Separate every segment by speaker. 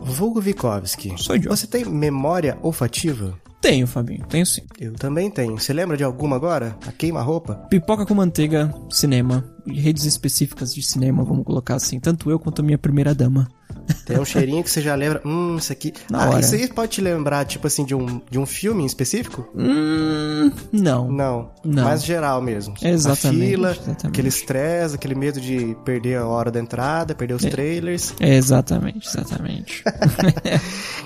Speaker 1: Vulgo Vikovski.
Speaker 2: Sou idiota.
Speaker 1: Você tem memória olfativa?
Speaker 2: Tenho, Fabinho, tenho sim.
Speaker 1: Eu também tenho. Você lembra de alguma agora? A queima-roupa?
Speaker 2: Pipoca com manteiga, cinema. Redes específicas de cinema, vamos colocar assim. Tanto eu quanto a minha primeira dama.
Speaker 1: Tem um cheirinho que você já lembra. Hum, isso aqui.
Speaker 2: Na
Speaker 1: ah,
Speaker 2: hora.
Speaker 1: isso aí pode te lembrar, tipo assim, de um, de um filme em específico?
Speaker 2: Hum, não.
Speaker 1: Não.
Speaker 2: Não.
Speaker 1: Mais geral mesmo.
Speaker 2: Exatamente,
Speaker 1: A fila,
Speaker 2: exatamente.
Speaker 1: aquele estresse, aquele medo de perder a hora da entrada, perder os trailers.
Speaker 2: É, Exatamente, exatamente.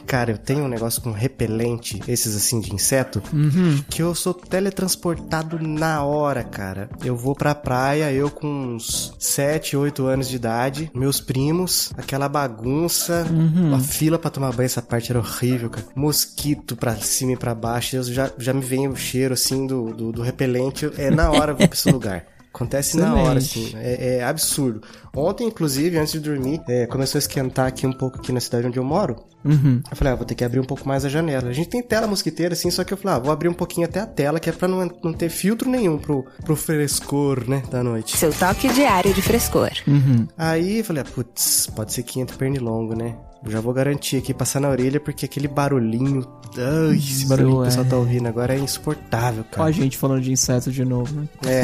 Speaker 1: Cara, eu tenho um negócio com repelente, esses assim de inseto, que eu sou teletransportado na hora, cara. Eu vou pra praia, eu com uns 7, 8 anos de idade, meus primos, aquela bagunça, a fila pra tomar banho, essa parte era horrível, cara. Mosquito pra cima e pra baixo, eu já, já me vem o cheiro assim do, do, do repelente, é na hora eu vou pra esse lugar. Acontece na hora,
Speaker 2: Excelente.
Speaker 1: assim. É, é absurdo. Ontem, inclusive, antes de dormir, é, começou a esquentar aqui um pouco aqui na cidade onde eu moro.
Speaker 2: uhum.
Speaker 1: Eu falei, ah, vou ter que abrir um pouco mais a janela. A gente tem tela mosquiteira, assim, só que eu falei, ah, vou abrir um pouquinho até a tela, que é pra não, não ter filtro nenhum pro, pro frescor, né, da noite.
Speaker 3: Seu toque diário de frescor.
Speaker 2: Uhum.
Speaker 1: Aí eu falei, ah, putz, pode ser que entre pernilongo, né? Eu já vou garantir aqui, passar na orelha, porque aquele barulhinho... Ai, esse barulhinho que o pessoal tá ouvindo agora é insuportável, cara.
Speaker 2: Ó, a gente falando de inseto de novo, né?
Speaker 1: É.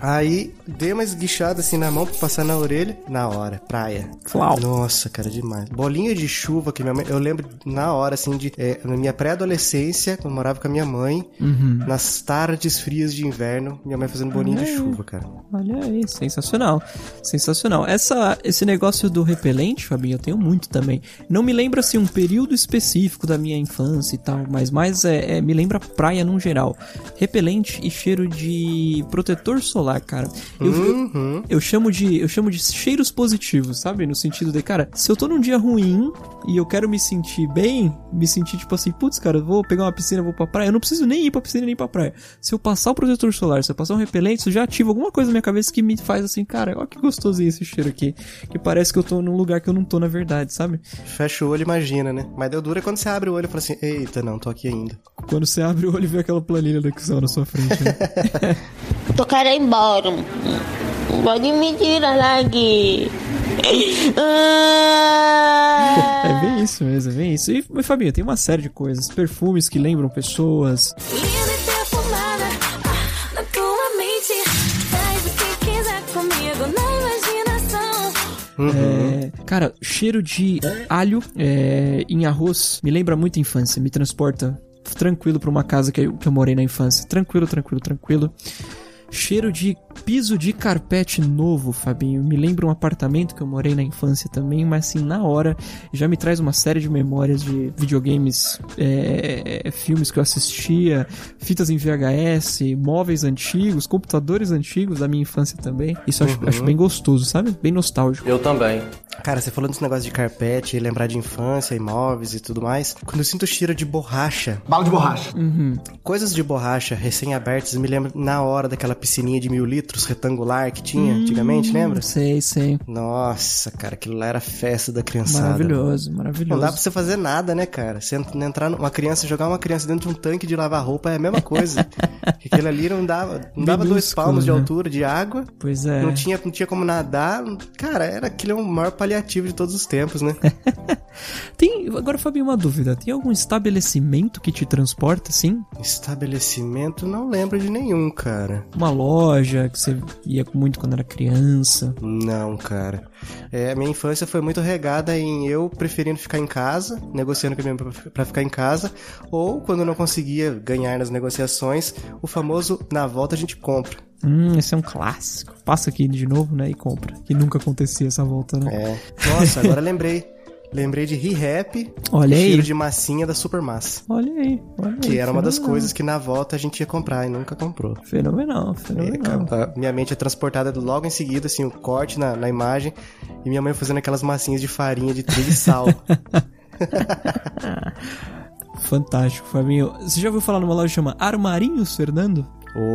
Speaker 1: Aí, dei uma esguichada assim na mão pra passar na orelha. Na hora, praia.
Speaker 2: Uau.
Speaker 1: Nossa, cara, demais. Bolinha de chuva que minha mãe. Eu lembro na hora, assim, de. é, na minha pré-adolescência, quando eu morava com a minha mãe,
Speaker 2: Uhum.
Speaker 1: nas tardes frias de inverno, minha mãe fazendo bolinha de chuva, cara.
Speaker 2: Olha aí, sensacional. Sensacional. Essa, esse negócio do repelente, Fabinho, eu tenho muito também. Não me lembra assim um período específico da minha infância e tal, mas mais é, é- me lembra praia num geral. Repelente e cheiro de protetor solar, cara. Eu,
Speaker 1: Uhum.
Speaker 2: eu chamo de eu chamo de cheiros positivos, sabe? No sentido de, cara, se eu tô num dia ruim e eu quero me sentir bem, me sentir tipo assim, putz, cara, eu vou pegar uma piscina, vou pra praia, eu não preciso nem ir pra piscina nem pra praia. Se eu passar o protetor solar, se eu passar um repelente, isso já ativa alguma coisa na minha cabeça que me faz assim, cara, ó que gostosinho esse cheiro aqui, que parece que eu tô num lugar que eu não tô na verdade, sabe?
Speaker 1: Fecha o olho, imagina, né? Mas deu dura quando você abre o olho e fala assim: eita, não, tô aqui ainda.
Speaker 2: Quando você abre o olho e vê aquela planilha do Excel na sua frente, né?
Speaker 4: Tô querendo ir embora. Pode me tirar daqui. Ah.
Speaker 2: É bem isso mesmo, é bem isso. E, mas, Fabinho, tem uma série de coisas. Perfumes que lembram pessoas.
Speaker 5: Linda e perfumada ah, na tua mente. Faz o que quiser comigo na imaginação.
Speaker 2: É, cara, cheiro de alho é, em arroz me lembra muito a infância, me transporta tranquilo pra uma casa que eu, que eu morei na infância. Tranquilo, tranquilo, tranquilo. Cheiro de piso de carpete novo, Fabinho. Me lembra um apartamento que eu morei na infância também, mas assim, na hora já me traz uma série de memórias de videogames, é, é, filmes que eu assistia, fitas em VHS, móveis antigos, computadores antigos da minha infância também. Isso eu acho, acho bem gostoso, sabe? Bem nostálgico.
Speaker 6: Eu também.
Speaker 1: Cara, você falou desse negócio de carpete, lembrar de infância, imóveis e tudo mais. Quando eu sinto cheiro de borracha,
Speaker 7: Bala de borracha.
Speaker 2: Uhum.
Speaker 1: Coisas de borracha recém-abertas me lembram na hora daquela piscininha de mil litros retangular que tinha antigamente, lembra?
Speaker 2: Hum, Sei, sei.
Speaker 1: Nossa, cara, aquilo lá era festa da criançada.
Speaker 2: Maravilhoso,
Speaker 1: Não
Speaker 2: maravilhoso.
Speaker 1: dá pra você fazer nada, né, cara? Você ent- entrar numa criança, jogar uma criança dentro de um tanque de lavar roupa é a mesma coisa. Aquilo ali não dava, não dava dois
Speaker 2: Minúsculo,
Speaker 1: palmos de
Speaker 2: né?
Speaker 1: altura de água,
Speaker 2: Pois é.
Speaker 1: não, tinha, não tinha como nadar. Cara, era aquele o maior paliativo de todos os tempos, né?
Speaker 2: Tem, agora, Fabinho, uma dúvida. Tem algum estabelecimento que te transporta, assim?
Speaker 1: Estabelecimento, não lembro de nenhum, cara.
Speaker 2: Uma loja que você ia muito quando era criança?
Speaker 1: Não, cara. É, a minha infância foi muito regada em eu preferindo ficar em casa, negociando com a minha mãe pra- pra ficar em casa, ou quando eu não conseguia ganhar nas negociações, o famoso na volta a gente compra.
Speaker 2: Hum, esse é um clássico. Passa aqui de novo, né, e compra. Que nunca acontecia essa volta, né?
Speaker 1: É. Nossa, agora lembrei. Lembrei de Re-Rap,
Speaker 2: Olha aí.
Speaker 1: cheiro de massinha da Supermassa.
Speaker 2: Olha aí, olha aí.
Speaker 1: Que era uma das
Speaker 2: fenomenal.
Speaker 1: coisas que na volta a gente ia comprar e nunca comprou.
Speaker 2: Fenomenal,
Speaker 1: É,
Speaker 2: fenomenal.
Speaker 1: cara, minha mente é transportada logo em seguida, assim, o corte na, na imagem e minha mãe fazendo aquelas massinhas de farinha de trigo e sal.
Speaker 2: Fantástico, Fabinho. Você já ouviu falar numa loja que chama Armarinhos Fernando?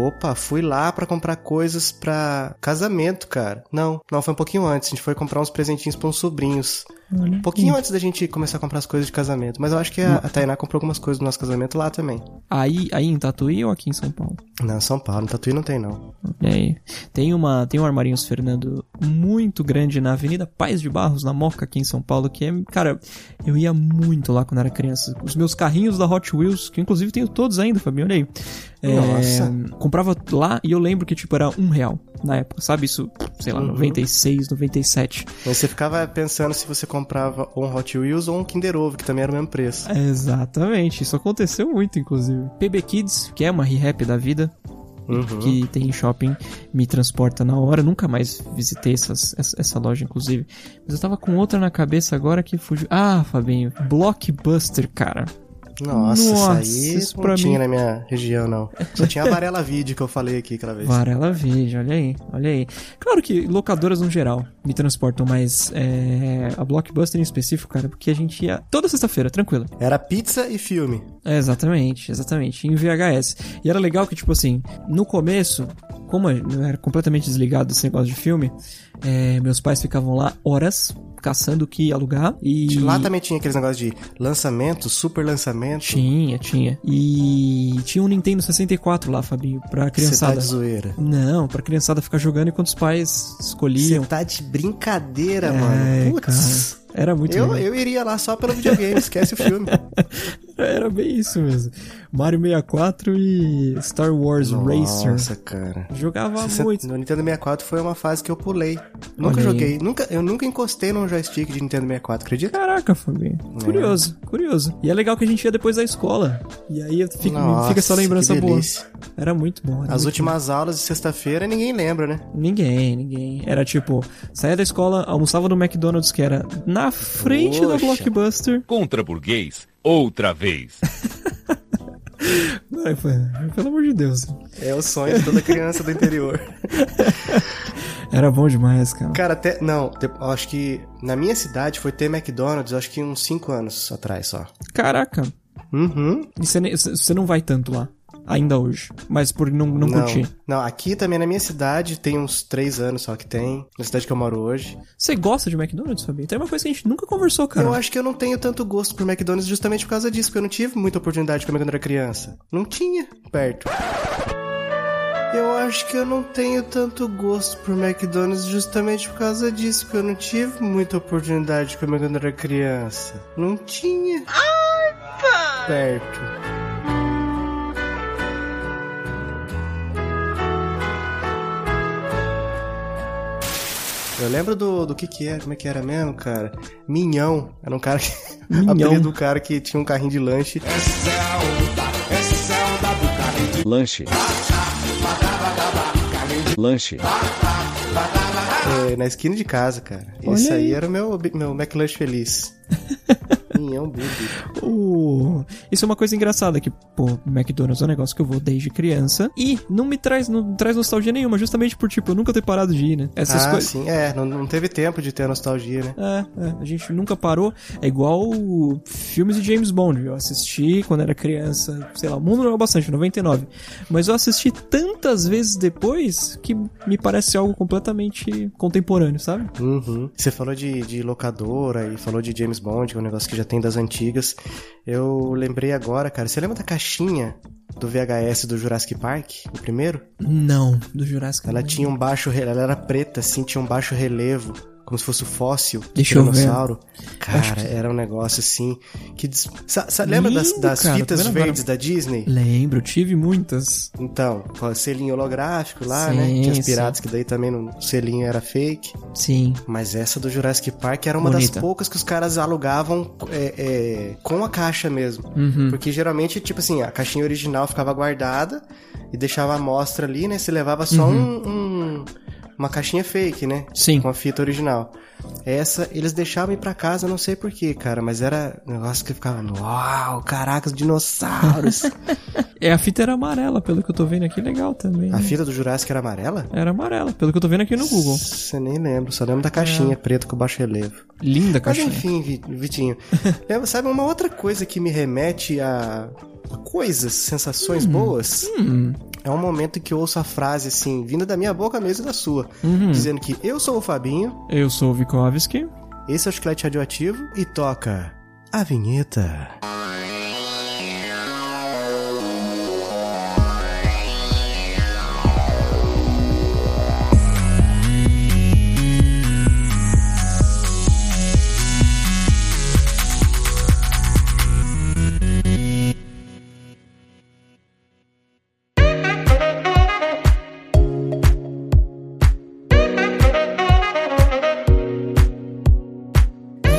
Speaker 1: Opa, fui lá pra comprar coisas pra casamento, cara. Não, não, foi um pouquinho antes. A gente foi comprar uns presentinhos pra uns sobrinhos. Um pouquinho antes da gente começar a comprar as coisas de casamento. Mas eu acho que a, a Tainá comprou algumas coisas do nosso casamento lá também.
Speaker 2: Aí, aí em Tatuí ou aqui em São Paulo?
Speaker 1: Não, São Paulo, em Tatuí não tem, não.
Speaker 2: E É aí, tem, uma, tem um Armarinhos Fernando muito grande na Avenida Paz de Barros, na Moca, aqui em São Paulo, que é. Cara, eu ia muito lá quando era criança. Os meus carrinhos da Hot Wheels, que eu, inclusive tenho todos ainda, Fabinho, olha aí. É,
Speaker 1: Nossa.
Speaker 2: comprava lá e eu lembro que, tipo, era um real na época, sabe? Isso, sei lá, 96, 97.
Speaker 1: Mas você ficava pensando se você comprava ou um Hot Wheels ou um Kinder Ovo, que também era o mesmo
Speaker 2: É.
Speaker 1: preço.
Speaker 2: Exatamente, isso aconteceu muito, inclusive. PB Kids, que é uma re-rap da vida,
Speaker 1: Uhum.
Speaker 2: que tem em shopping, me transporta na hora. Nunca mais visitei essas, essa, essa loja, inclusive. Mas eu tava com outra na cabeça agora que fugiu. Ah, Fabinho, Blockbuster, cara.
Speaker 1: Nossa,
Speaker 2: Nossa,
Speaker 1: isso
Speaker 2: isso
Speaker 1: aí não
Speaker 2: pra
Speaker 1: tinha
Speaker 2: mim-
Speaker 1: na minha região, não. Só tinha a Varela Vídeo que eu falei aqui aquela vez.
Speaker 2: Varela Verde, olha aí, olha aí. Claro que locadoras no geral me transportam, mas é, a Blockbuster em específico, cara, porque a gente ia toda sexta-feira, tranquilo.
Speaker 1: Era pizza e filme.
Speaker 2: É, exatamente, exatamente. Em VHS. E era legal que, tipo assim, no começo, como eu era completamente desligado desse negócio de filme, é, meus pais ficavam lá horas caçando o que alugar e.
Speaker 1: Lá tá- também tinha aqueles negócios de lançamento, super lançamento. tá
Speaker 2: Tinha, tinha. E tinha um Nintendo 64 lá, Fabinho, pra
Speaker 1: Você tá
Speaker 2: criançada.
Speaker 1: de zoeira.
Speaker 2: Não, pra criançada ficar jogando enquanto os pais
Speaker 1: Você
Speaker 2: escolhiam.
Speaker 1: tá de brincadeira,
Speaker 2: É,
Speaker 1: mano. Putz.
Speaker 2: cara, Era muito
Speaker 1: Eu,
Speaker 2: legal.
Speaker 1: eu iria lá só pelo videogame, esquece o filme.
Speaker 2: Era bem isso mesmo. Mario 64 e Star Wars Racer.
Speaker 1: Nossa, cara.
Speaker 2: Jogava
Speaker 1: Você-
Speaker 2: muito.
Speaker 1: No Nintendo 64 foi uma fase que eu pulei. Nunca
Speaker 2: Olha aí.
Speaker 1: joguei, nunca, eu nunca encostei num joystick de Nintendo 64, acredita?
Speaker 2: Caraca, Fabinho.
Speaker 1: É.
Speaker 2: Curioso, curioso. E é legal que a gente ia depois da escola. E aí fica, fica essa
Speaker 1: Nossa,
Speaker 2: lembrança
Speaker 1: que
Speaker 2: boa.
Speaker 1: delícia.
Speaker 2: Era muito bom. era
Speaker 1: As
Speaker 2: muito
Speaker 1: últimas aulas de sexta-feira ninguém lembra, né?
Speaker 2: bom. Ninguém, ninguém. Era tipo, saía da escola, almoçava no McDonald's, que era na frente da
Speaker 1: Poxa.
Speaker 2: Blockbuster.
Speaker 6: Contra burguês, outra vez.
Speaker 2: Ai, foi- Pelo amor de Deus.
Speaker 1: É o sonho de toda criança do interior.
Speaker 2: Era bom demais, cara.
Speaker 1: Cara, até. Não, te- eu acho que na minha cidade foi ter McDonald's, eu acho que uns 5 anos atrás só.
Speaker 2: Caraca.
Speaker 1: Uhum.
Speaker 2: E você ne- você não vai tanto lá, ainda hoje. Mas por não, não, curtir.
Speaker 1: Não, aqui também na minha cidade tem uns 3 anos só que tem, na cidade que eu moro hoje.
Speaker 2: Você gosta de McDonald's, Fabinho? Tem uma coisa que a gente nunca conversou, cara.
Speaker 1: Eu acho que eu não tenho tanto gosto por McDonald's justamente por causa disso, porque eu não tive muita oportunidade de comer quando era criança. Não tinha perto. Eu acho que eu não tenho tanto gosto por McDonald's justamente por causa disso, porque eu não tive muita oportunidade de comer quando era criança. Não tinha. Ai, pai! Perto. Eu lembro do, do que que era, como é que era mesmo, cara? Minhão. Era um cara que...
Speaker 2: Minhão.
Speaker 1: Apelido do cara que tinha um carrinho de lanche.
Speaker 7: Lanche. Lanche.
Speaker 1: É, na esquina de casa, cara.
Speaker 2: Olha
Speaker 1: Isso aí
Speaker 2: aí.
Speaker 1: era o meu, meu McLunch feliz. Minhão Bibi.
Speaker 2: O- Isso é uma coisa engraçada que, pô, McDonald's é um negócio que eu vou desde criança e não me traz, não traz nostalgia nenhuma, justamente por, tipo, eu nunca ter parado de ir, né? Essas
Speaker 1: ah,
Speaker 2: coisas.
Speaker 1: sim. É, não, não teve tempo de ter a nostalgia, né?
Speaker 2: É, é, a gente nunca parou. É igual o- filmes de James Bond, eu assisti quando era criança, sei lá, o mundo não é bastante, 99. Mas eu assisti tantas vezes depois que me parece algo completamente contemporâneo, sabe?
Speaker 1: Uhum. Você falou de, de locadora e falou de James Bond, que é um negócio que já tem das antigas. Eu lembrei agora, cara. Você lembra da caixinha do VHS do Jurassic Park? O primeiro?
Speaker 2: Não, do Jurassic
Speaker 1: Ela
Speaker 2: World.
Speaker 1: tinha um baixo relevo. Ela era preta, assim, tinha um baixo relevo. Como se fosse o fóssil do
Speaker 2: Deixa eu ver.
Speaker 1: dinossauro. Cara, era um negócio assim. Que des- Sa- sa- Lembra das,
Speaker 2: Lindo,
Speaker 1: das
Speaker 2: cara, tô
Speaker 1: fitas
Speaker 2: vendo agora.
Speaker 1: verdes da Disney?
Speaker 2: Lembro, tive muitas.
Speaker 1: Então, com o selinho holográfico lá,
Speaker 2: Sim,
Speaker 1: né? Tinha
Speaker 2: sim.
Speaker 1: os piratas que daí também não- o selinho era fake.
Speaker 2: Sim.
Speaker 1: Mas essa do Jurassic Park era uma
Speaker 2: Bonita.
Speaker 1: das poucas que os caras alugavam é, é, com a caixa mesmo.
Speaker 2: Uhum.
Speaker 1: Porque geralmente, tipo assim, a caixinha original ficava guardada e deixava a amostra ali, né? Você levava só um- um- uma caixinha fake, né?
Speaker 2: Uhum. Sim.
Speaker 1: Com a fita original. Essa, eles deixavam ir pra casa, não sei porquê, cara, mas era um negócio que ficava, uau, caraca, os dinossauros.
Speaker 2: É, a fita era amarela, pelo que eu tô vendo aqui, legal também.
Speaker 1: a
Speaker 2: né?
Speaker 1: fita do Jurassic era amarela?
Speaker 2: Era amarela, pelo que eu tô vendo aqui no Google. É.
Speaker 1: Você nem lembra, só lembro da caixinha preta com baixo relevo.
Speaker 2: Linda a
Speaker 1: Mas
Speaker 2: caixinha.
Speaker 1: enfim, Vi- Vitinho. Lembra- sabe uma outra coisa que me remete a a coisas, sensações boas?
Speaker 2: Hum,
Speaker 1: É um momento em que eu ouço a frase
Speaker 2: Hum. uhum.
Speaker 1: assim, vinda da minha boca mesmo e da sua, dizendo que eu sou o Fabinho
Speaker 2: eu sou o Vikovski.
Speaker 1: Esse é o chiclete radioativo e toca a vinheta.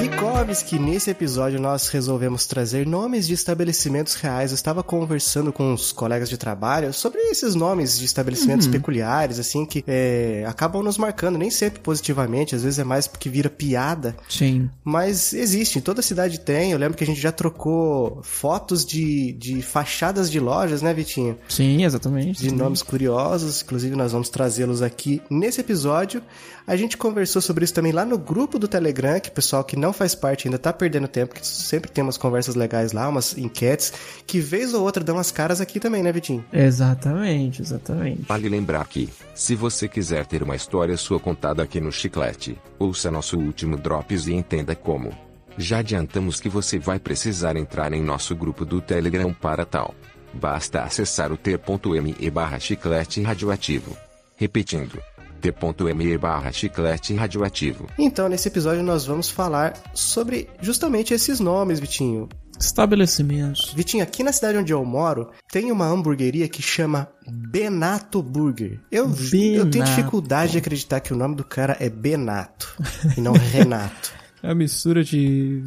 Speaker 1: Vikovski, nesse episódio nós resolvemos trazer nomes de estabelecimentos reais. Eu estava conversando com os colegas de trabalho sobre esses nomes de estabelecimentos peculiares, assim, que é, acabam nos marcando, nem sempre positivamente, às vezes é mais porque vira piada.
Speaker 2: Sim.
Speaker 1: Mas existe, em toda cidade tem. Eu lembro que a gente já trocou fotos de, de fachadas de lojas, né, Vitinho?
Speaker 2: Sim, exatamente.
Speaker 1: de nomes curiosos, inclusive nós vamos trazê-los aqui nesse episódio. A gente conversou sobre isso também lá no grupo do Telegram, que o pessoal que não faz parte ainda tá perdendo tempo, que sempre tem umas conversas legais lá, umas enquetes, que vez ou outra dão as caras aqui também, né, Vitinho?
Speaker 2: Exatamente, exatamente.
Speaker 8: Vale lembrar que, se você quiser ter uma história sua contada aqui no Chiclete, ouça nosso último Drops e entenda como. Já adiantamos que você vai precisar entrar em nosso grupo do Telegram para tal. Basta acessar o t.me barra chiclete radioativo. Repetindo, t.me barra chiclete radioativo.
Speaker 1: Então, nesse episódio nós vamos falar sobre justamente esses nomes, Vitinho.
Speaker 2: Estabelecimentos.
Speaker 1: Vitinho, aqui na cidade onde eu moro, tem uma hamburgueria que chama Benato Burger. Eu, eu tenho
Speaker 2: Benato.
Speaker 1: dificuldade de acreditar que o nome do cara é Benato e não Renato.
Speaker 2: É a mistura de.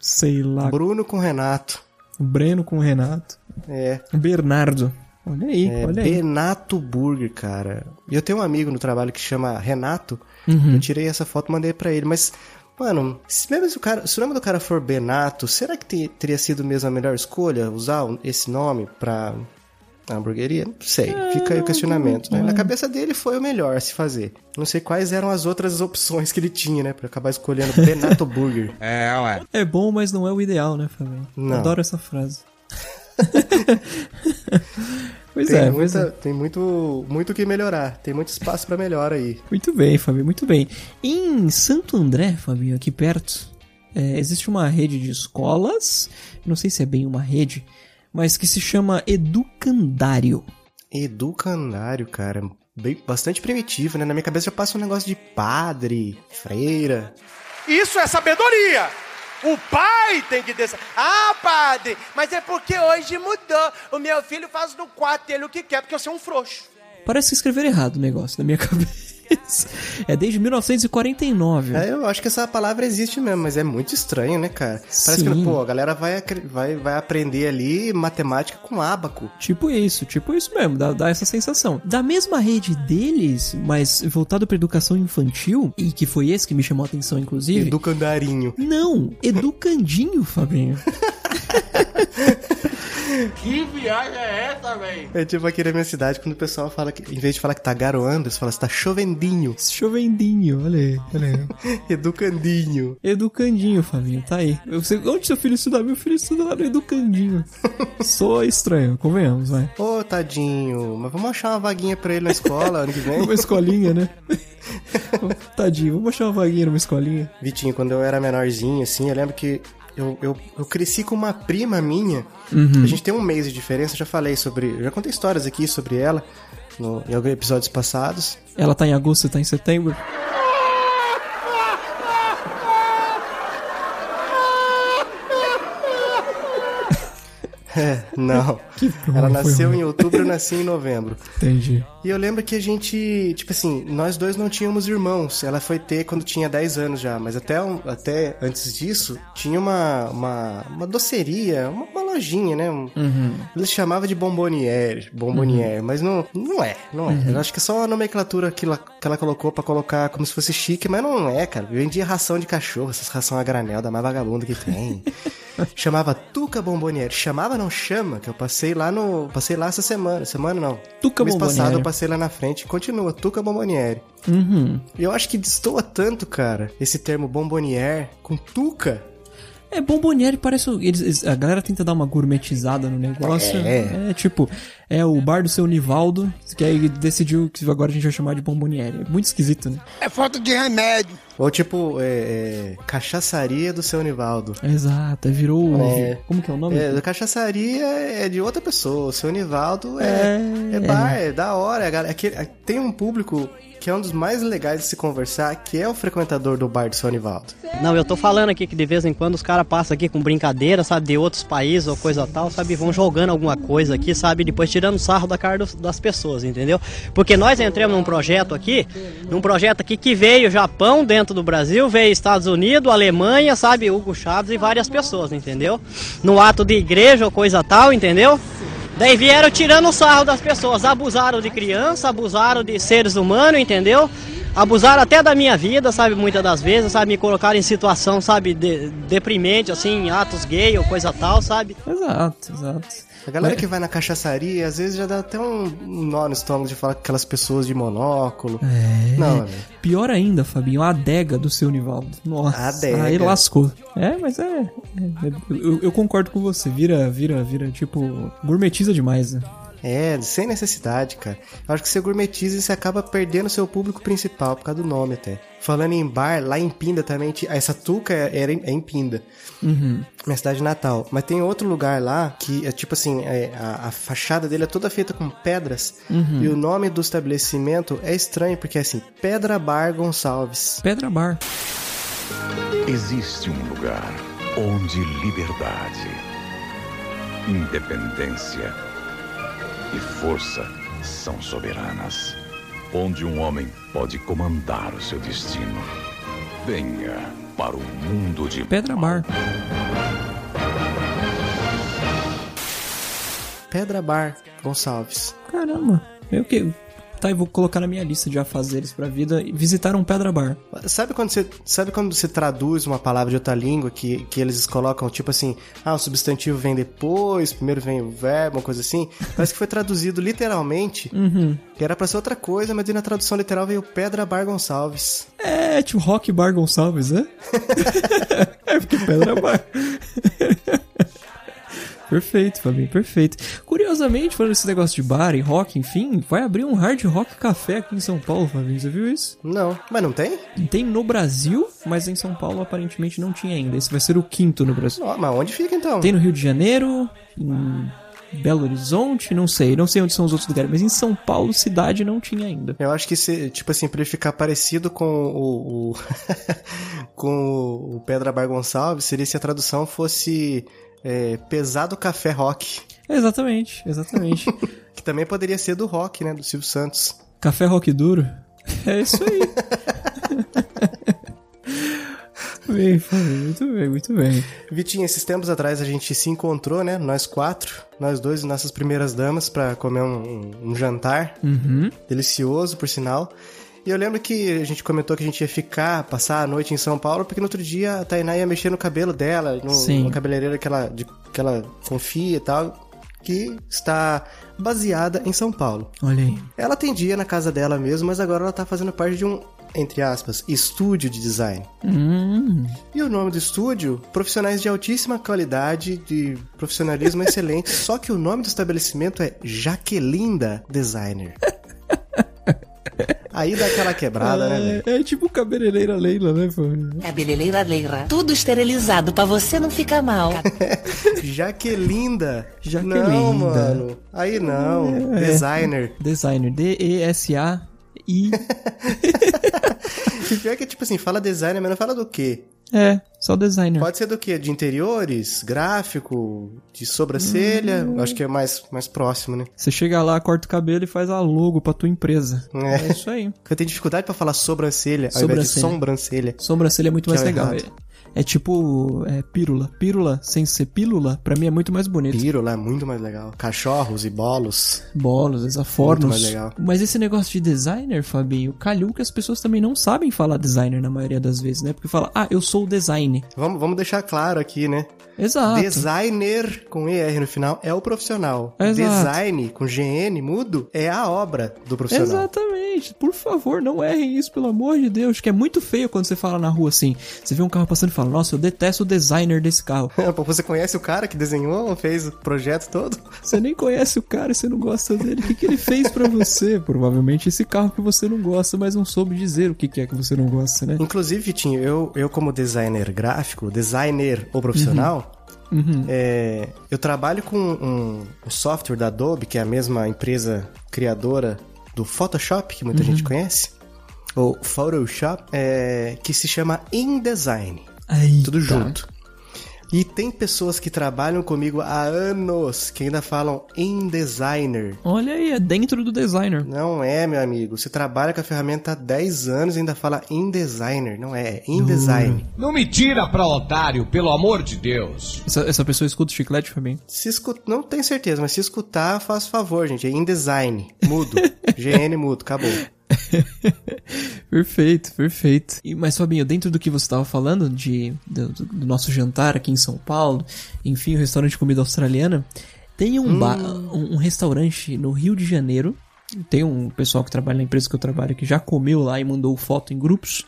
Speaker 2: sei lá.
Speaker 1: Bruno com Renato.
Speaker 2: o Breno com o Renato.
Speaker 1: É,
Speaker 2: Bernardo. Olha aí,
Speaker 1: é
Speaker 2: olha aí.
Speaker 1: Benato Burger, cara. E eu tenho um amigo no trabalho que chama Renato.
Speaker 2: Uhum.
Speaker 1: Eu tirei essa foto e mandei pra ele, mas. Mano, se mesmo se o, cara, se o nome do cara for Benato, será que te- teria sido mesmo a melhor escolha usar um- esse nome pra a hamburgueria? Não sei, fica
Speaker 2: Ah,
Speaker 1: aí o questionamento.
Speaker 2: é.
Speaker 1: né? Na cabeça dele foi o melhor a se fazer. Não sei quais eram as outras opções que ele tinha, né? Pra acabar escolhendo Benato Burger.
Speaker 2: É bom, mas não é o ideal, né, Fabinho?
Speaker 1: Não.
Speaker 2: Adoro essa frase. pois
Speaker 1: tem
Speaker 2: é, pois
Speaker 1: muita-
Speaker 2: é.
Speaker 1: tem muito muito o que melhorar, tem muito espaço pra melhor aí.
Speaker 2: Muito bem, Fabinho, muito bem. Em Santo André, Fabinho, aqui perto, é, existe uma rede de escolas, não sei se é bem uma rede, mas que se chama Educandário.
Speaker 1: Educandário, cara. Bem, bastante primitivo, né? Na minha cabeça já passa um negócio de padre, freira.
Speaker 9: Isso é sabedoria. O pai tem que decidir. Ah, padre, mas é porque hoje mudou. O meu filho faz no quarto dele o que quer, porque eu sou um frouxo.
Speaker 2: Parece que escreveram errado o negócio na minha cabeça. É desde 1949.
Speaker 1: É, eu acho que essa palavra existe mesmo, mas é muito estranho, né, cara? Parece
Speaker 2: Sim.
Speaker 1: que, pô, a galera vai, acre- vai, vai aprender ali matemática com ábaco.
Speaker 2: Tipo isso, tipo isso mesmo, dá, dá essa sensação. Da mesma rede deles, mas voltado pra educação infantil, e que foi esse que me chamou a atenção, inclusive.
Speaker 1: Educandarinho.
Speaker 2: Não, educandinho, Fabinho.
Speaker 1: É tipo aqui na minha cidade, quando o pessoal fala que, em vez de falar que tá garoando, eles falam que tá chovendinho,
Speaker 2: Chovendinho, olha aí, olha aí.
Speaker 1: educandinho.
Speaker 2: Educandinho, Fabinho, tá aí. Eu sei, onde seu filho estuda? Meu filho estuda lá no Educandinho. Sou estranho, convenhamos, vai.
Speaker 1: Ô, tadinho, mas vamos achar uma vaguinha pra ele na escola ano que vem?
Speaker 2: Uma escolinha, né? Tadinho, vamos achar uma vaguinha numa escolinha.
Speaker 1: Vitinho, quando eu era menorzinho, assim, eu lembro que eu, eu, eu cresci com uma prima minha.
Speaker 2: Uhum.
Speaker 1: A gente tem um mês de diferença, eu já falei sobre. Eu já contei histórias aqui sobre ela no- em alguns episódios passados.
Speaker 2: Ela tá em agosto, você tá em setembro.
Speaker 1: É, não.
Speaker 2: bom,
Speaker 1: ela
Speaker 2: foi
Speaker 1: nasceu
Speaker 2: ruim.
Speaker 1: em outubro, eu nasci em novembro.
Speaker 2: Entendi.
Speaker 1: E eu lembro que a gente, tipo assim, nós dois não tínhamos irmãos. Ela foi ter quando tinha 10 anos já, mas até, um- até antes disso, tinha uma, uma, uma doceria, uma, uma lojinha, né? Um, Eles chamavam de bomboniere, bomboniere, mas não, não é, não é. Eu acho que é só a nomenclatura que ela, que ela colocou pra colocar como se fosse chique, mas não é, cara. Vendia ração de cachorro, essas ração a granel da mais vagabunda que tem. chamava Tuca Bomboniere. Chamava, não chama, que eu passei lá no. Passei lá essa semana. Semana não.
Speaker 2: Tuca
Speaker 1: Mês passado
Speaker 2: Bomboniere.
Speaker 1: eu passei lá na frente. Continua, Tuca Bomboniere.
Speaker 2: Uhum.
Speaker 1: Eu acho que destoa tanto, cara, esse termo bombonier com Tuca.
Speaker 2: É, bomboniere parece. o- Eles, eles- a galera tenta dar uma gourmetizada no negócio.
Speaker 1: É.
Speaker 2: tipo, é o bar do seu Nivaldo, que aí decidiu que agora a gente vai chamar de bomboniere. É muito esquisito, né?
Speaker 1: Ou tipo, é, é, cachaçaria do seu Nivaldo.
Speaker 2: Exato, é, virou.
Speaker 1: É.
Speaker 2: Como que é o nome?
Speaker 1: É, a cachaçaria é de outra pessoa. O seu Nivaldo é, é, bar, é da hora. é gal- é que- é- tem um público que é um dos mais legais de se conversar, que é o frequentador do bar do seu Nivaldo.
Speaker 10: Não, eu tô falando aqui que de vez em quando os caras passam aqui com brincadeira, sabe, de outros países ou coisa tal, sabe, vão jogando alguma coisa aqui, sabe, depois tirando sarro da cara dos- das pessoas, entendeu? Porque nós entramos num projeto aqui, num projeto aqui que veio Japão dentro do Brasil, veio Estados Unidos, Alemanha, sabe, Hugo Chaves e várias pessoas, entendeu? No ato de igreja ou coisa tal, entendeu? Daí vieram tirando o sarro das pessoas, abusaram de criança, abusaram de seres humanos, entendeu? Abusaram até da minha vida, sabe, muitas das vezes, sabe, me colocaram em situação, sabe, de- deprimente, assim, atos gay ou coisa tal, sabe?
Speaker 2: Exato, exato.
Speaker 1: A galera
Speaker 2: Mas-
Speaker 1: que vai na cachaçaria, às vezes já dá até um um nó no estômago de falar com aquelas pessoas de monóculo. Não, amigo.
Speaker 2: Pior ainda, Fabinho, a adega do seu Nivaldo. Nossa,
Speaker 1: A adega.
Speaker 2: aí lascou. É, mas é. é- eu, eu concordo com você. Vira, vira, vira, tipo, gourmetiza demais, né?
Speaker 1: É, sem necessidade, cara. Eu acho que você gourmetiza e você acaba perdendo seu público principal, por causa do nome até. Falando em bar, lá em Pinda também. ti- Essa Tuca é, era em- é em Pinda. Minha cidade natal. Mas tem outro lugar lá que é tipo assim: é, a, a fachada dele é toda feita com pedras. E o nome do estabelecimento é estranho, porque é assim: Pedra Bar Gonçalves.
Speaker 2: Pedra Bar.
Speaker 6: Existe um lugar onde liberdade, independência e força são soberanas. Onde um homem pode comandar o seu destino. Venha para o mundo de
Speaker 2: Pedra Bar.
Speaker 1: Pedra Bar Gonçalves.
Speaker 2: Caramba. Eu que. Tá, eu vou colocar na minha lista de afazeres pra vida e visitar um Pedra Bar.
Speaker 1: Sabe quando você, sabe quando você traduz uma palavra de outra língua que, que eles colocam tipo assim, ah, o substantivo vem depois, primeiro vem o verbo, uma coisa assim? Parece que foi traduzido literalmente, que era pra ser outra coisa, mas aí na tradução literal veio Pedra Bar Gonçalves.
Speaker 2: É, tipo Rock Bar Gonçalves, né? é porque Pedra Bar. perfeito, Fabinho, perfeito. Curiosamente, falando desse negócio de bar e rock, enfim, vai abrir um Hard Rock Café aqui em São Paulo, Fabinho, você viu isso?
Speaker 1: Não, mas não tem?
Speaker 2: Tem no Brasil, mas em São Paulo aparentemente não tinha ainda. Esse vai ser o quinto no Brasil.
Speaker 1: Não, mas onde fica então?
Speaker 2: Tem no Rio de Janeiro, em Belo Horizonte, não sei, não sei onde são os outros lugares, mas em São Paulo, cidade, não tinha ainda.
Speaker 1: Eu acho que, se, tipo assim, pra ele ficar parecido com o. o- com o- o Pedra Bar Gonçalves, seria se a tradução fosse é, Pesado Café Rock.
Speaker 2: Exatamente, exatamente.
Speaker 1: Que também poderia ser do rock, né? Do Silvio Santos.
Speaker 2: Café Rock Duro? É isso aí. bem, Fábio, muito bem, muito bem.
Speaker 1: Vitinho, esses tempos atrás a gente se encontrou, né? Nós quatro, nós dois e nossas primeiras damas pra comer um, um jantar. Delicioso, por sinal. E eu lembro que a gente comentou que a gente ia ficar, passar a noite em São Paulo, porque no outro dia a Tainá ia mexer no cabelo dela, no,
Speaker 2: Sim.
Speaker 1: no cabeleireiro que ela, de- que ela confia e tal, que está baseada em São Paulo.
Speaker 2: Olha aí.
Speaker 1: Ela atendia na casa dela mesmo, mas agora ela tá fazendo parte de um, entre aspas, estúdio de design.
Speaker 2: Hum,
Speaker 1: E o nome do estúdio? Profissionais de altíssima qualidade, de profissionalismo excelente. Só que o nome do estabelecimento é Jaquelinda Designer. Aí dá aquela quebrada, né, velho?
Speaker 2: é, é tipo cabeleireira Leila, né, Fábio?
Speaker 3: Cabeleireira É Leira. Tudo esterilizado pra você não ficar mal.
Speaker 1: Jaquelinda.
Speaker 2: Jaquelinda. É.
Speaker 1: Não, mano. Aí não. Designer.
Speaker 2: Designer, D-E-S-A-I.
Speaker 1: E pior que, tipo assim, fala designer, mas não fala do quê?
Speaker 2: É, só designer.
Speaker 1: Pode ser do quê? De interiores? Gráfico? De sobrancelha? Acho que é mais, mais próximo, né?
Speaker 2: Você chega lá, corta o cabelo e faz a logo pra tua empresa.
Speaker 1: É.
Speaker 2: É isso aí.
Speaker 1: Eu tenho dificuldade pra falar sobrancelha, ao invés de
Speaker 2: Sobrancelha.
Speaker 1: sobrancelha.
Speaker 2: Sobrancelha é muito
Speaker 1: Que
Speaker 2: mais
Speaker 1: é o
Speaker 2: legal.
Speaker 1: errado.
Speaker 2: É, é tipo é, pílula. Pílula sem ser pílula, pra mim é muito mais bonito.
Speaker 1: Pírola é muito mais legal. Cachorros e bolos.
Speaker 2: bolos,
Speaker 1: Muito
Speaker 2: desafornos.
Speaker 1: mais legal.
Speaker 2: Mas esse negócio de designer, Fabinho, calhou que as pessoas também não sabem falar designer na maioria das vezes, né? Porque fala, ah, eu sou o design.
Speaker 1: Vamos, vamos deixar claro aqui, né?
Speaker 2: Exato.
Speaker 1: Designer com ER no final é o profissional.
Speaker 2: Exato.
Speaker 1: Design com GN mudo é a obra do profissional.
Speaker 2: Exatamente. Por favor, não errem isso, pelo amor de Deus. Que é muito feio quando você fala na rua assim. Você vê um carro passando e fala, fala, nossa, eu detesto o designer desse carro.
Speaker 1: Pô, Você conhece o cara que desenhou, fez o projeto todo?
Speaker 2: Você nem conhece o cara, você não gosta dele. O que, que ele fez pra você? Provavelmente esse carro que você não gosta, mas não soube dizer o que, que é que você não gosta, né?
Speaker 1: Inclusive, Vitinho, eu, eu como designer gráfico, designer ou profissional, é, eu trabalho com um, um software da Adobe, que é a mesma empresa criadora do Photoshop, que muita gente conhece, ou Photoshop, é, que se chama InDesign.
Speaker 2: Aí, tá.
Speaker 1: Tudo junto. E tem pessoas que trabalham comigo há anos que ainda falam InDesigner.
Speaker 2: Olha aí, é dentro do designer.
Speaker 1: Não é, meu amigo. Você trabalha com a ferramenta há 10 anos e ainda fala InDesigner. Não é, é InDesign.
Speaker 11: Não me tira pra otário, pelo amor de Deus.
Speaker 2: Essa, essa pessoa escuta o chiclete, Fabinho?
Speaker 1: Se escutar, não tenho certeza, mas se escutar, faz favor, gente. É InDesign. Mudo. GN mudo, acabou.
Speaker 2: perfeito, perfeito. E, mas, Fabinho, dentro do que você estava falando, de, do, do nosso jantar aqui em São Paulo, enfim, o restaurante de comida australiana, tem um, ba- um, um restaurante no Rio de Janeiro. Tem um pessoal que trabalha na empresa que eu trabalho que já comeu lá e mandou foto em grupos.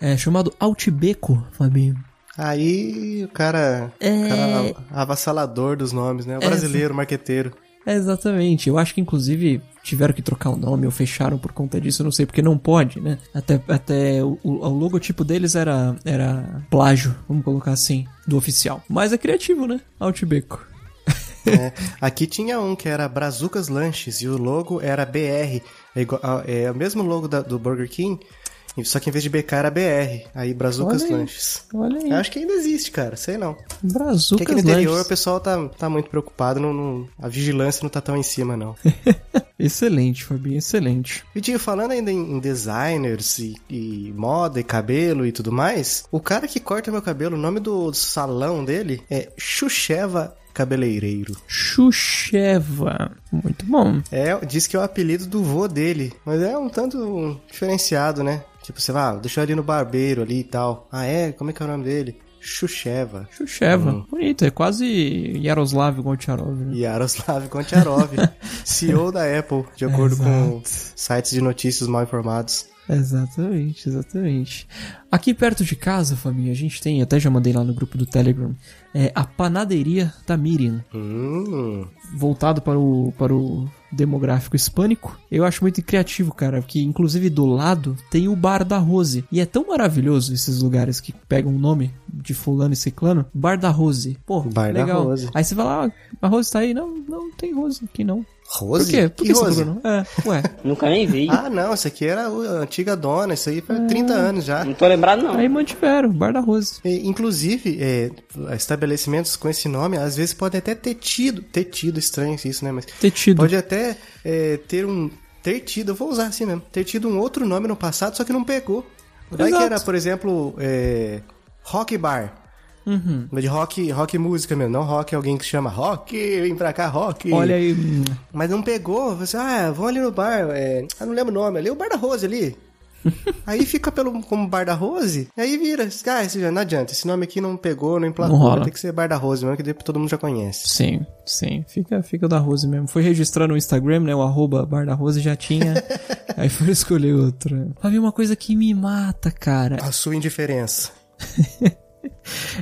Speaker 2: É, chamado Altibeco, Fabinho.
Speaker 1: Aí o cara.
Speaker 2: É.
Speaker 1: O cara avassalador dos nomes, né? O
Speaker 2: É,
Speaker 1: brasileiro, marqueteiro.
Speaker 2: É, exatamente. Eu acho que inclusive tiveram que trocar o nome ou fecharam por conta disso, eu não sei porque não pode, né? Até, até o, o- o logotipo deles era, era plágio, vamos colocar assim, do oficial. Mas é criativo, né? Altibeco.
Speaker 1: né? Aqui tinha um que era Brazucas Lanches e o logo era BR. É, igual- a- é o mesmo logo da- do Burger King, só que em vez de BK era BR. Aí Brazucas
Speaker 2: Olha aí.
Speaker 1: Lanches.
Speaker 2: Olha aí.
Speaker 1: Eu acho que ainda existe, cara. Sei não. Porque aqui
Speaker 2: Brazucas
Speaker 1: é no interior
Speaker 2: Lanches.
Speaker 1: o pessoal tá, tá muito preocupado, não, não- a vigilância não tá tão em cima, não.
Speaker 2: Excelente, Fabinho, excelente.
Speaker 1: Vitinho, falando ainda em, em designers e, e moda e cabelo e tudo mais, o cara que corta meu cabelo, o nome do salão dele é Xuxeva Cabeleireiro.
Speaker 2: Xuxeva. Muito bom.
Speaker 1: É, diz que é o apelido do vô dele, mas é um tanto diferenciado, né? Tipo, você vai, ah, deixou ali no barbeiro ali e tal. Ah, é? Como é que é o nome dele? Xuxeva.
Speaker 2: Xuxeva.
Speaker 1: Hum.
Speaker 2: Bonito, é quase Yaroslav Goncharov. Né?
Speaker 1: Yaroslav Goncharov, CEO da Apple, de acordo com sites de notícias mal informados.
Speaker 2: Exatamente, exatamente. Aqui perto de casa, família, a gente tem, até já mandei lá no grupo do Telegram, é a panaderia da Miriam,
Speaker 1: Hum,
Speaker 2: voltado para o, para o demográfico hispânico. Eu acho muito criativo, cara, porque inclusive do lado tem o Bar da Rose. E é tão maravilhoso esses lugares que pegam o nome de fulano e ciclano. Bar da Rose. Pô,
Speaker 1: Bar da
Speaker 2: legal.
Speaker 1: Rose.
Speaker 2: Aí você vai lá, ah, a Rose tá aí? Não, não tem Rose aqui não.
Speaker 1: Rose?
Speaker 2: Por quê? Por
Speaker 1: Que
Speaker 2: que você
Speaker 1: Rose?
Speaker 2: procurou? É, ué,
Speaker 10: Nunca nem vi.
Speaker 1: Ah, não, isso aqui era a antiga dona, isso aí faz 30
Speaker 2: Ah.
Speaker 1: anos já.
Speaker 10: Não tô lembrado, não.
Speaker 2: aí mantiveram, Bar da Rose.
Speaker 1: E, inclusive, é, estabelecimentos com esse nome, às vezes podem até ter tido, ter tido, estranho isso, né? Mas
Speaker 2: Ter tido.
Speaker 1: pode até é, ter um, ter tido, eu vou usar assim mesmo, ter tido um outro nome no passado, só que não pegou. Vai que
Speaker 2: Exato.
Speaker 1: era, por exemplo, é, Rock Bar.
Speaker 2: Uhum.
Speaker 1: Mas De rock, rock música mesmo, não rock alguém que chama rock, vem pra cá, rock.
Speaker 2: Olha aí, hum,
Speaker 1: Mas não pegou, você, ah, vamos ali no bar, é, ah, não lembro o nome, ali é o Bar da Rose ali. aí fica pelo, como Bar da Rose, e aí vira, ah, esse, já- não adianta, esse nome aqui não pegou, não emplacou,
Speaker 2: Não rola.
Speaker 1: tem que ser Bar da Rose mesmo, que daí todo mundo já conhece.
Speaker 2: Sim, sim. Fica, fica o da Rose mesmo. Foi registrar no Instagram, né? O arroba bar da Rose já tinha. aí foi escolher outra. Fabinho, uma coisa que me mata, cara.
Speaker 1: A sua indiferença.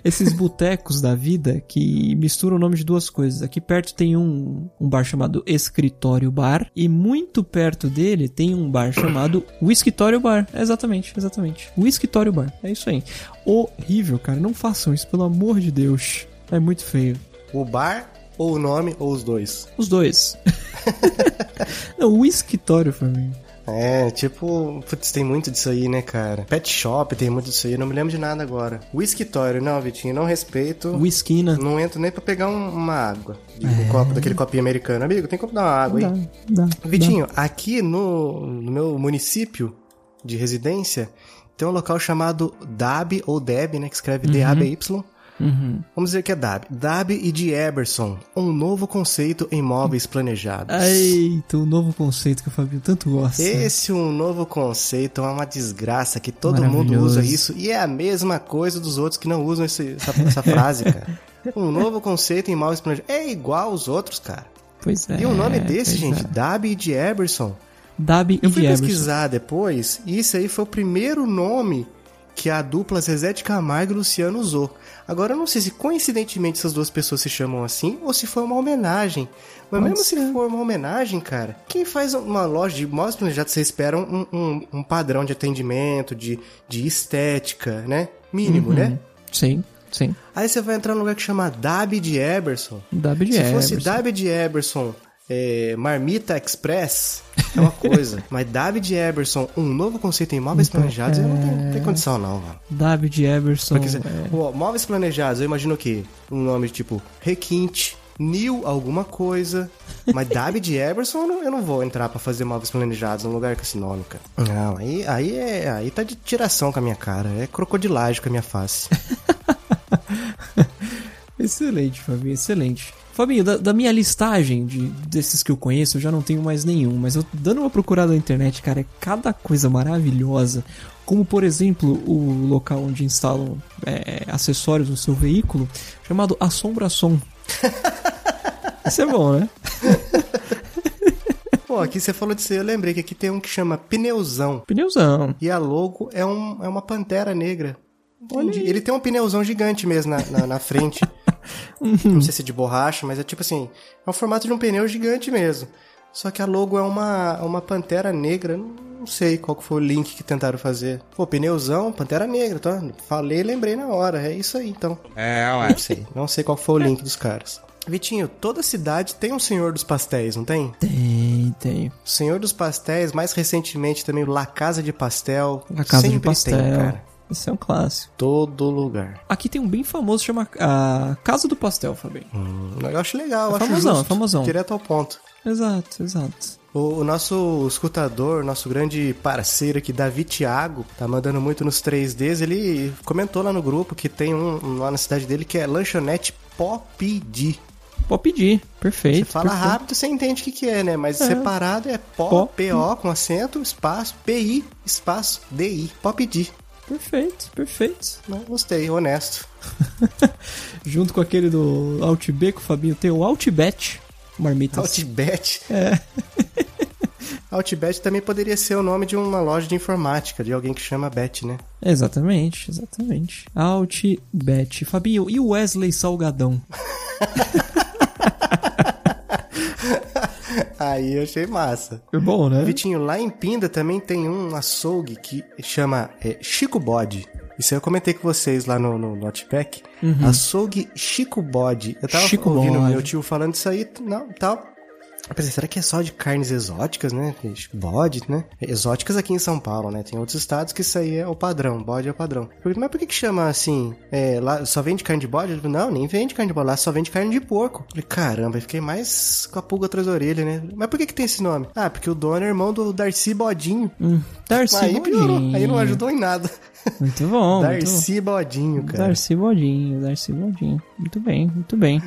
Speaker 2: Esses botecos da vida que misturam o nome de duas coisas. Aqui perto tem um, um bar chamado Escritório Bar. E muito perto dele tem um bar chamado Whiskytório Bar. Exatamente, exatamente. Whiskytório Bar. É isso aí. Horrível, cara. Não façam isso, pelo amor de Deus. É muito feio.
Speaker 1: O bar, ou o nome, ou os dois.
Speaker 2: Os dois. Não, Whiskytório, Fabinho.
Speaker 1: É, tipo, putz, tem muito disso aí, né, cara? Pet Shop tem muito disso aí, não me lembro de nada agora. Whiskytório, não, Vitinho, não respeito.
Speaker 2: Whiskina.
Speaker 1: Não entro nem pra pegar um- uma água. De um copo, daquele copinho americano. Amigo, tem como dar uma água aí?
Speaker 2: É. Dá,
Speaker 1: Vitinho, aqui no, no meu município de residência tem um local chamado DAB ou DEB, né? Que escreve
Speaker 2: Uhum.
Speaker 1: D-A-B-Y. Vamos dizer que é DAB. DAB e Dieberson, um novo conceito em móveis planejados.
Speaker 2: Eita, um novo conceito que o Fabinho tanto gosta.
Speaker 1: Esse é um novo conceito é uma desgraça que todo mundo
Speaker 2: Maravilhoso.
Speaker 1: usa isso e é a mesma coisa dos outros que não usam esse- essa, essa frase, cara. Um novo conceito em móveis planejados. É igual aos outros, cara.
Speaker 2: Pois é.
Speaker 1: E um nome desse,
Speaker 2: pois
Speaker 1: gente,
Speaker 2: é.
Speaker 1: DAB e Dieberson.
Speaker 2: Dabi e
Speaker 1: Eu fui
Speaker 2: Jefferson.
Speaker 1: pesquisar depois e isso aí foi o primeiro nome que a dupla Zezé de Camargo e Luciano usou. Agora eu não sei se coincidentemente essas duas pessoas se chamam assim ou se foi uma homenagem. Mas
Speaker 2: Pode
Speaker 1: mesmo
Speaker 2: ser.
Speaker 1: se for uma homenagem, cara, quem faz uma loja de móveis planejados, você espera um, um- um padrão de atendimento, de, de estética, né? Mínimo,
Speaker 2: Uhum.
Speaker 1: né?
Speaker 2: Sim, sim.
Speaker 1: Aí você vai entrar num lugar que chama Dab de Eberson.
Speaker 2: Dab de
Speaker 1: Se fosse
Speaker 2: Eberson.
Speaker 1: Dab de Eberson, é, Marmita Express, é uma coisa. Mas Dab de Eberson, um novo conceito em móveis planejados, eu não tenho, não tenho condição não, mano.
Speaker 2: David Everson.
Speaker 1: Porque, você-
Speaker 2: é.
Speaker 1: Pô, móveis planejados, eu imagino o quê? Um nome tipo Requinte, New alguma coisa. Mas Dab de Eberson, eu não, eu não vou entrar pra fazer móveis planejados num lugar com esse nome, cara. Não, aí, aí, é, aí tá de tiração com a minha cara. É crocodilagem com a minha face.
Speaker 2: Excelente, Fabinho, excelente. Fabinho, da, da minha listagem de, desses que eu conheço, eu já não tenho mais nenhum, mas eu dando uma procurada na internet, cara, é cada coisa maravilhosa. Como, por exemplo, o local onde instalam é, acessórios no seu veículo, chamado Assombração. Isso é bom, né?
Speaker 1: Pô, aqui você falou disso, aí, eu lembrei que aqui tem um que chama pneuzão.
Speaker 2: Pneuzão.
Speaker 1: E a logo é, um, é uma pantera negra. Entendi. Ele tem um pneuzão gigante mesmo na, na, na frente. Não sei se é de borracha, mas é tipo assim, é o formato de um pneu gigante mesmo. Só que a logo é uma, é uma pantera negra. Não não sei qual que foi o link que tentaram fazer. Pô, pneuzão, pantera negra, tá? Falei, lembrei na hora. É isso aí, então.
Speaker 11: É, ué.
Speaker 1: Não sei, não sei qual foi o link dos caras. Vitinho, toda cidade tem um Senhor dos Pastéis, não tem?
Speaker 2: Tem, tem.
Speaker 1: O Senhor dos Pastéis, mais recentemente também o La Casa de Pastel.
Speaker 2: A Casa
Speaker 1: Sempre
Speaker 2: de Pastel.
Speaker 1: Tem, cara.
Speaker 2: Isso é um clássico.
Speaker 1: Todo lugar.
Speaker 2: Aqui tem um bem famoso, chama a Casa do Pastel, Fabinho.
Speaker 1: Hum. Eu acho legal,
Speaker 2: É
Speaker 1: eu acho
Speaker 2: famosão,
Speaker 1: justo,
Speaker 2: é famosão.
Speaker 1: Direto ao ponto.
Speaker 2: Exato, exato.
Speaker 1: O, o nosso escutador, nosso grande parceiro aqui, Davi Thiago, tá mandando muito nos 3Ds. Ele comentou lá no grupo que tem um, um lá na cidade dele que é lanchonete Pop D.
Speaker 2: Pode pedir, perfeito.
Speaker 1: Você fala
Speaker 2: perfeito.
Speaker 1: rápido, você entende o que, que é, né? Mas
Speaker 2: É.
Speaker 1: separado é PO,
Speaker 2: Pó.
Speaker 1: PO com acento, espaço, PI, espaço, DI. Pop D.
Speaker 2: Perfeito, perfeito.
Speaker 1: Não, Gostei, honesto.
Speaker 2: Junto com aquele do Outback, o Fabinho tem o Outbet, marmitas.
Speaker 1: Outbet. Outbet também poderia ser o nome de uma loja de informática, de alguém que chama Bet, né?
Speaker 2: Exatamente, exatamente. Outbet. Fabinho, e o Wesley Salgadão?
Speaker 1: Aí eu achei massa.
Speaker 2: É bom, né?
Speaker 1: Vitinho, lá em Pinda também tem um açougue que chama é, Chico Bode. Isso eu comentei com vocês lá no, no, no Outback. Açougue Chico Bode. Eu tava
Speaker 2: Chico
Speaker 1: ouvindo
Speaker 2: Bode.
Speaker 1: meu tio falando isso aí, não, tal. Eu pensei, será que é só de carnes exóticas, né? Chico Bode, né? Exóticas aqui em São Paulo, né? Tem outros estados que isso aí é o padrão, bode é o padrão. Por- Mas por que que chama assim? É, lá só vende carne de bode? Eu falei, não, nem vende carne de bode, lá só vende carne de porco. Eu falei, caramba, eu fiquei mais com a pulga atrás da orelha, né? Mas por que que tem esse nome? Ah, porque o dono é irmão do Darcy Bodinho.
Speaker 2: Hum, Darcy
Speaker 1: aí piorou,
Speaker 2: Bodinho.
Speaker 1: aí não ajudou em nada.
Speaker 2: Muito bom, muito
Speaker 1: Darcy Bodinho,
Speaker 2: bom.
Speaker 1: cara.
Speaker 2: Darcy Bodinho, Darcy Bodinho. Muito bem, muito bem.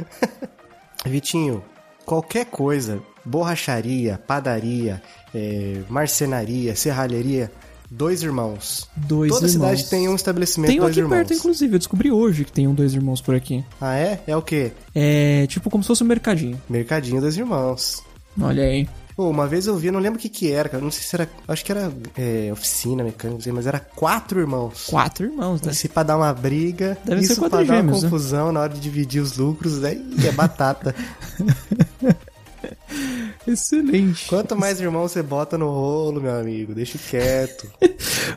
Speaker 1: Vitinho, qualquer coisa, borracharia, padaria, eh, marcenaria, serralheria, dois irmãos.
Speaker 2: Dois
Speaker 1: Toda
Speaker 2: irmãos.
Speaker 1: cidade tem um estabelecimento
Speaker 2: Tem um
Speaker 1: dois
Speaker 2: aqui
Speaker 1: irmãos.
Speaker 2: perto, inclusive. Eu descobri hoje que tem um Dois Irmãos por aqui.
Speaker 1: Ah, é? É o quê?
Speaker 2: É tipo como se fosse um mercadinho.
Speaker 1: Mercadinho dos Irmãos.
Speaker 2: Olha aí.
Speaker 1: Pô, uma vez eu vi, eu não lembro o que que era, cara. Não sei se era. Acho que era eh, oficina mecânica, não sei, mas era quatro irmãos.
Speaker 2: Quatro irmãos, né?
Speaker 1: Isso pra dar uma briga,
Speaker 2: Deve ser
Speaker 1: isso pra dar uma
Speaker 2: quadrigêmeos, né?
Speaker 1: confusão na hora de dividir os lucros, aí é batata.
Speaker 2: Excelente.
Speaker 1: Quanto mais irmão você bota no rolo, meu amigo, deixa quieto.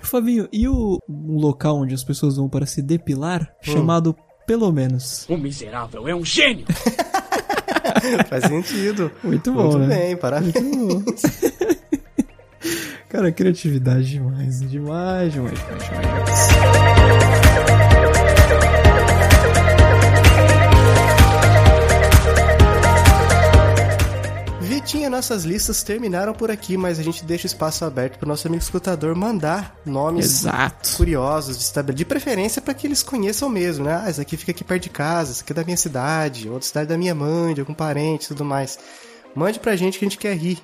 Speaker 2: Fabinho, e o um local onde as pessoas vão para se depilar, chamado Pelo Menos?
Speaker 12: O miserável é um gênio!
Speaker 1: Faz sentido.
Speaker 2: Muito bom,
Speaker 1: Muito
Speaker 2: né?
Speaker 1: bem, parabéns.
Speaker 2: Cara, criatividade demais, demais, demais, demais, demais.
Speaker 1: Vitinho, nossas listas terminaram por aqui, mas a gente deixa o espaço aberto pro nosso amigo escutador mandar nomes
Speaker 2: Exato.
Speaker 1: curiosos, de, estabe- de preferência para que eles conheçam mesmo, né? Ah, esse aqui fica aqui perto de casa, esse aqui é da minha cidade, outra cidade da minha mãe, de algum parente e tudo mais. Mande pra gente que a gente quer rir.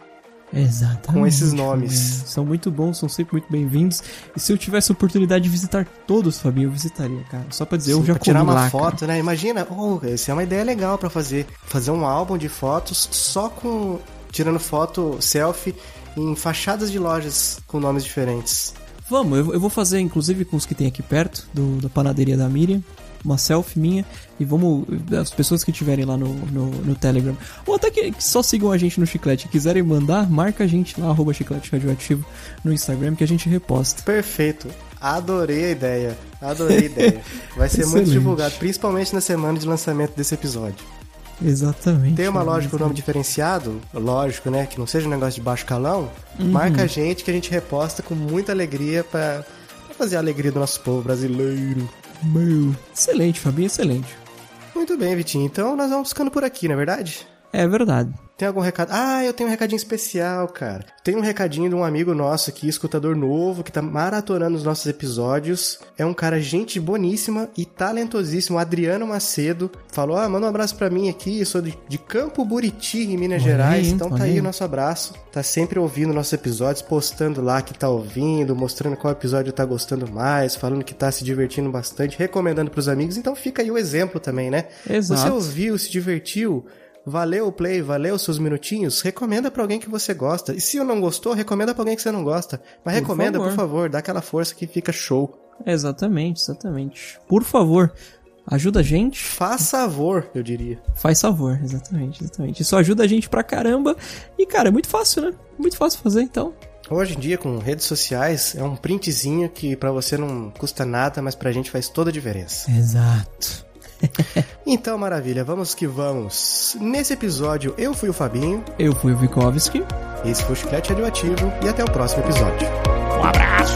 Speaker 2: Exatamente.
Speaker 1: Com esses
Speaker 2: Fabinho.
Speaker 1: nomes.
Speaker 2: São muito bons, são sempre muito bem-vindos. E se eu tivesse a oportunidade de visitar todos, Fabinho, eu visitaria, cara. Só pra dizer, eu
Speaker 1: Sim,
Speaker 2: já
Speaker 1: pra tirar
Speaker 2: comi
Speaker 1: uma
Speaker 2: lá,
Speaker 1: foto,
Speaker 2: cara.
Speaker 1: né? Imagina, oh, essa é uma ideia legal pra fazer, fazer um álbum de fotos só com tirando foto selfie em fachadas de lojas com nomes diferentes.
Speaker 2: Vamos, eu, eu vou fazer, inclusive, com os que tem aqui perto, do, da panaderia da Miriam. Uma selfie minha. E vamos. As pessoas que tiverem lá no, no, no Telegram. Ou até que, que só sigam a gente no Chiclete. Quiserem mandar, marca a gente lá, arroba Chiclete Radioativo no Instagram, que a gente reposta.
Speaker 1: Perfeito. Adorei a ideia. Adorei a ideia. Vai ser muito
Speaker 2: Excelente.
Speaker 1: divulgado, principalmente na semana de lançamento desse episódio.
Speaker 2: Exatamente.
Speaker 1: Tem uma né? loja com o nome diferenciado, lógico, né? Que não seja um negócio de baixo calão.
Speaker 2: Uhum.
Speaker 1: Marca a gente que a gente reposta com muita alegria pra pra fazer a alegria do nosso povo brasileiro.
Speaker 2: Meu. Excelente, Fabinho, excelente.
Speaker 1: Muito bem, Vitinho. Então nós vamos ficando por aqui, não é verdade?
Speaker 2: É verdade.
Speaker 1: Tem algum recado? Ah, eu tenho um recadinho especial, cara. Tem um recadinho de um amigo nosso aqui, escutador novo, que tá maratonando os nossos episódios. É um cara gente boníssima e talentosíssimo, Adriano Macedo. Falou, ah, manda um abraço pra mim aqui, sou de, de Campo Buriti, em Minas
Speaker 2: Olha
Speaker 1: Gerais.
Speaker 2: aí,
Speaker 1: então tá
Speaker 2: olha
Speaker 1: aí
Speaker 2: aí.
Speaker 1: o nosso abraço. Tá sempre ouvindo nossos episódios, postando lá que tá ouvindo, mostrando qual episódio tá gostando mais, falando que tá se divertindo bastante, recomendando pros amigos. Então fica aí o exemplo também, né?
Speaker 2: Exato.
Speaker 1: Você ouviu, se divertiu, valeu o play, valeu os seus minutinhos, recomenda pra alguém que você gosta. E se eu não gostou, recomenda pra alguém que você não gosta. Mas
Speaker 2: Por
Speaker 1: recomenda,
Speaker 2: favor.
Speaker 1: por favor, dá aquela força que fica show.
Speaker 2: Exatamente, exatamente. Por favor, ajuda a gente.
Speaker 1: Faz favor, eu diria.
Speaker 2: Faz favor, exatamente, exatamente. Isso ajuda a gente pra caramba. E, cara, é muito fácil, né? Muito fácil fazer, então.
Speaker 1: Hoje em dia, com redes sociais, é um printzinho que pra você não custa nada, mas pra gente faz toda a diferença.
Speaker 2: Exato.
Speaker 1: Então, maravilha, vamos que vamos. Nesse episódio, eu fui o Fabinho,
Speaker 2: Eu fui o Vikovski.
Speaker 1: esse foi o Chiclete Radioativo e até o próximo episódio.
Speaker 6: Um abraço!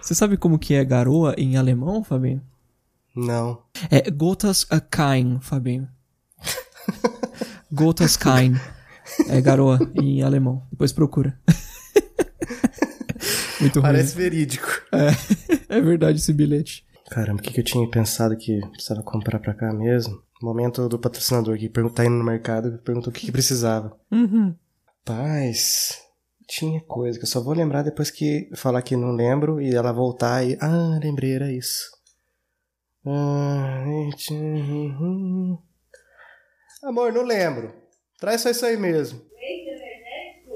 Speaker 2: Você sabe como que é garoa em alemão, Fabinho?
Speaker 1: Não.
Speaker 2: É Gotas a Kain, Fabinho. Gotas Kain. É garoa em alemão. Depois procura. Muito ruim. né?
Speaker 1: Parece verídico.
Speaker 2: É, é verdade esse bilhete.
Speaker 1: Caramba, o que, que eu tinha pensado que precisava comprar pra cá mesmo? Momento do patrocinador que pergun- tá indo no mercado e perguntou o que, que precisava.
Speaker 2: Uhum.
Speaker 1: Rapaz, tinha coisa que eu só vou lembrar depois que falar que não lembro e ela voltar e. Ah, lembrei, era isso. Ah, e tinha- Amor, não lembro. Traz só isso aí mesmo.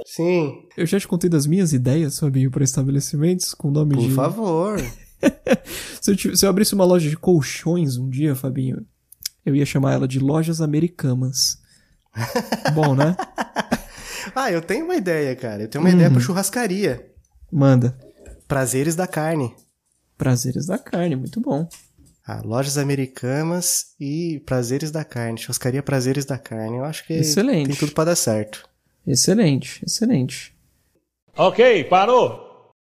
Speaker 1: Sim,
Speaker 2: Eu já te contei das minhas ideias, Fabinho, para estabelecimentos com nome
Speaker 1: por
Speaker 2: de.
Speaker 1: favor.
Speaker 2: Se eu, tive- se eu abrisse uma loja de colchões um dia, Fabinho, eu ia chamar ela de Lojas Americanas. Bom, né?
Speaker 1: Ah, eu tenho uma ideia, cara. Eu tenho uma ideia pra churrascaria.
Speaker 2: Manda.
Speaker 1: Prazeres da carne.
Speaker 2: Prazeres da carne, muito bom.
Speaker 1: Ah, lojas americanas e prazeres da carne. Churrascaria Prazeres da Carne. Eu acho que
Speaker 2: Excelente.
Speaker 1: tem tudo pra dar certo.
Speaker 2: Excelente, excelente.
Speaker 12: Ok, parou.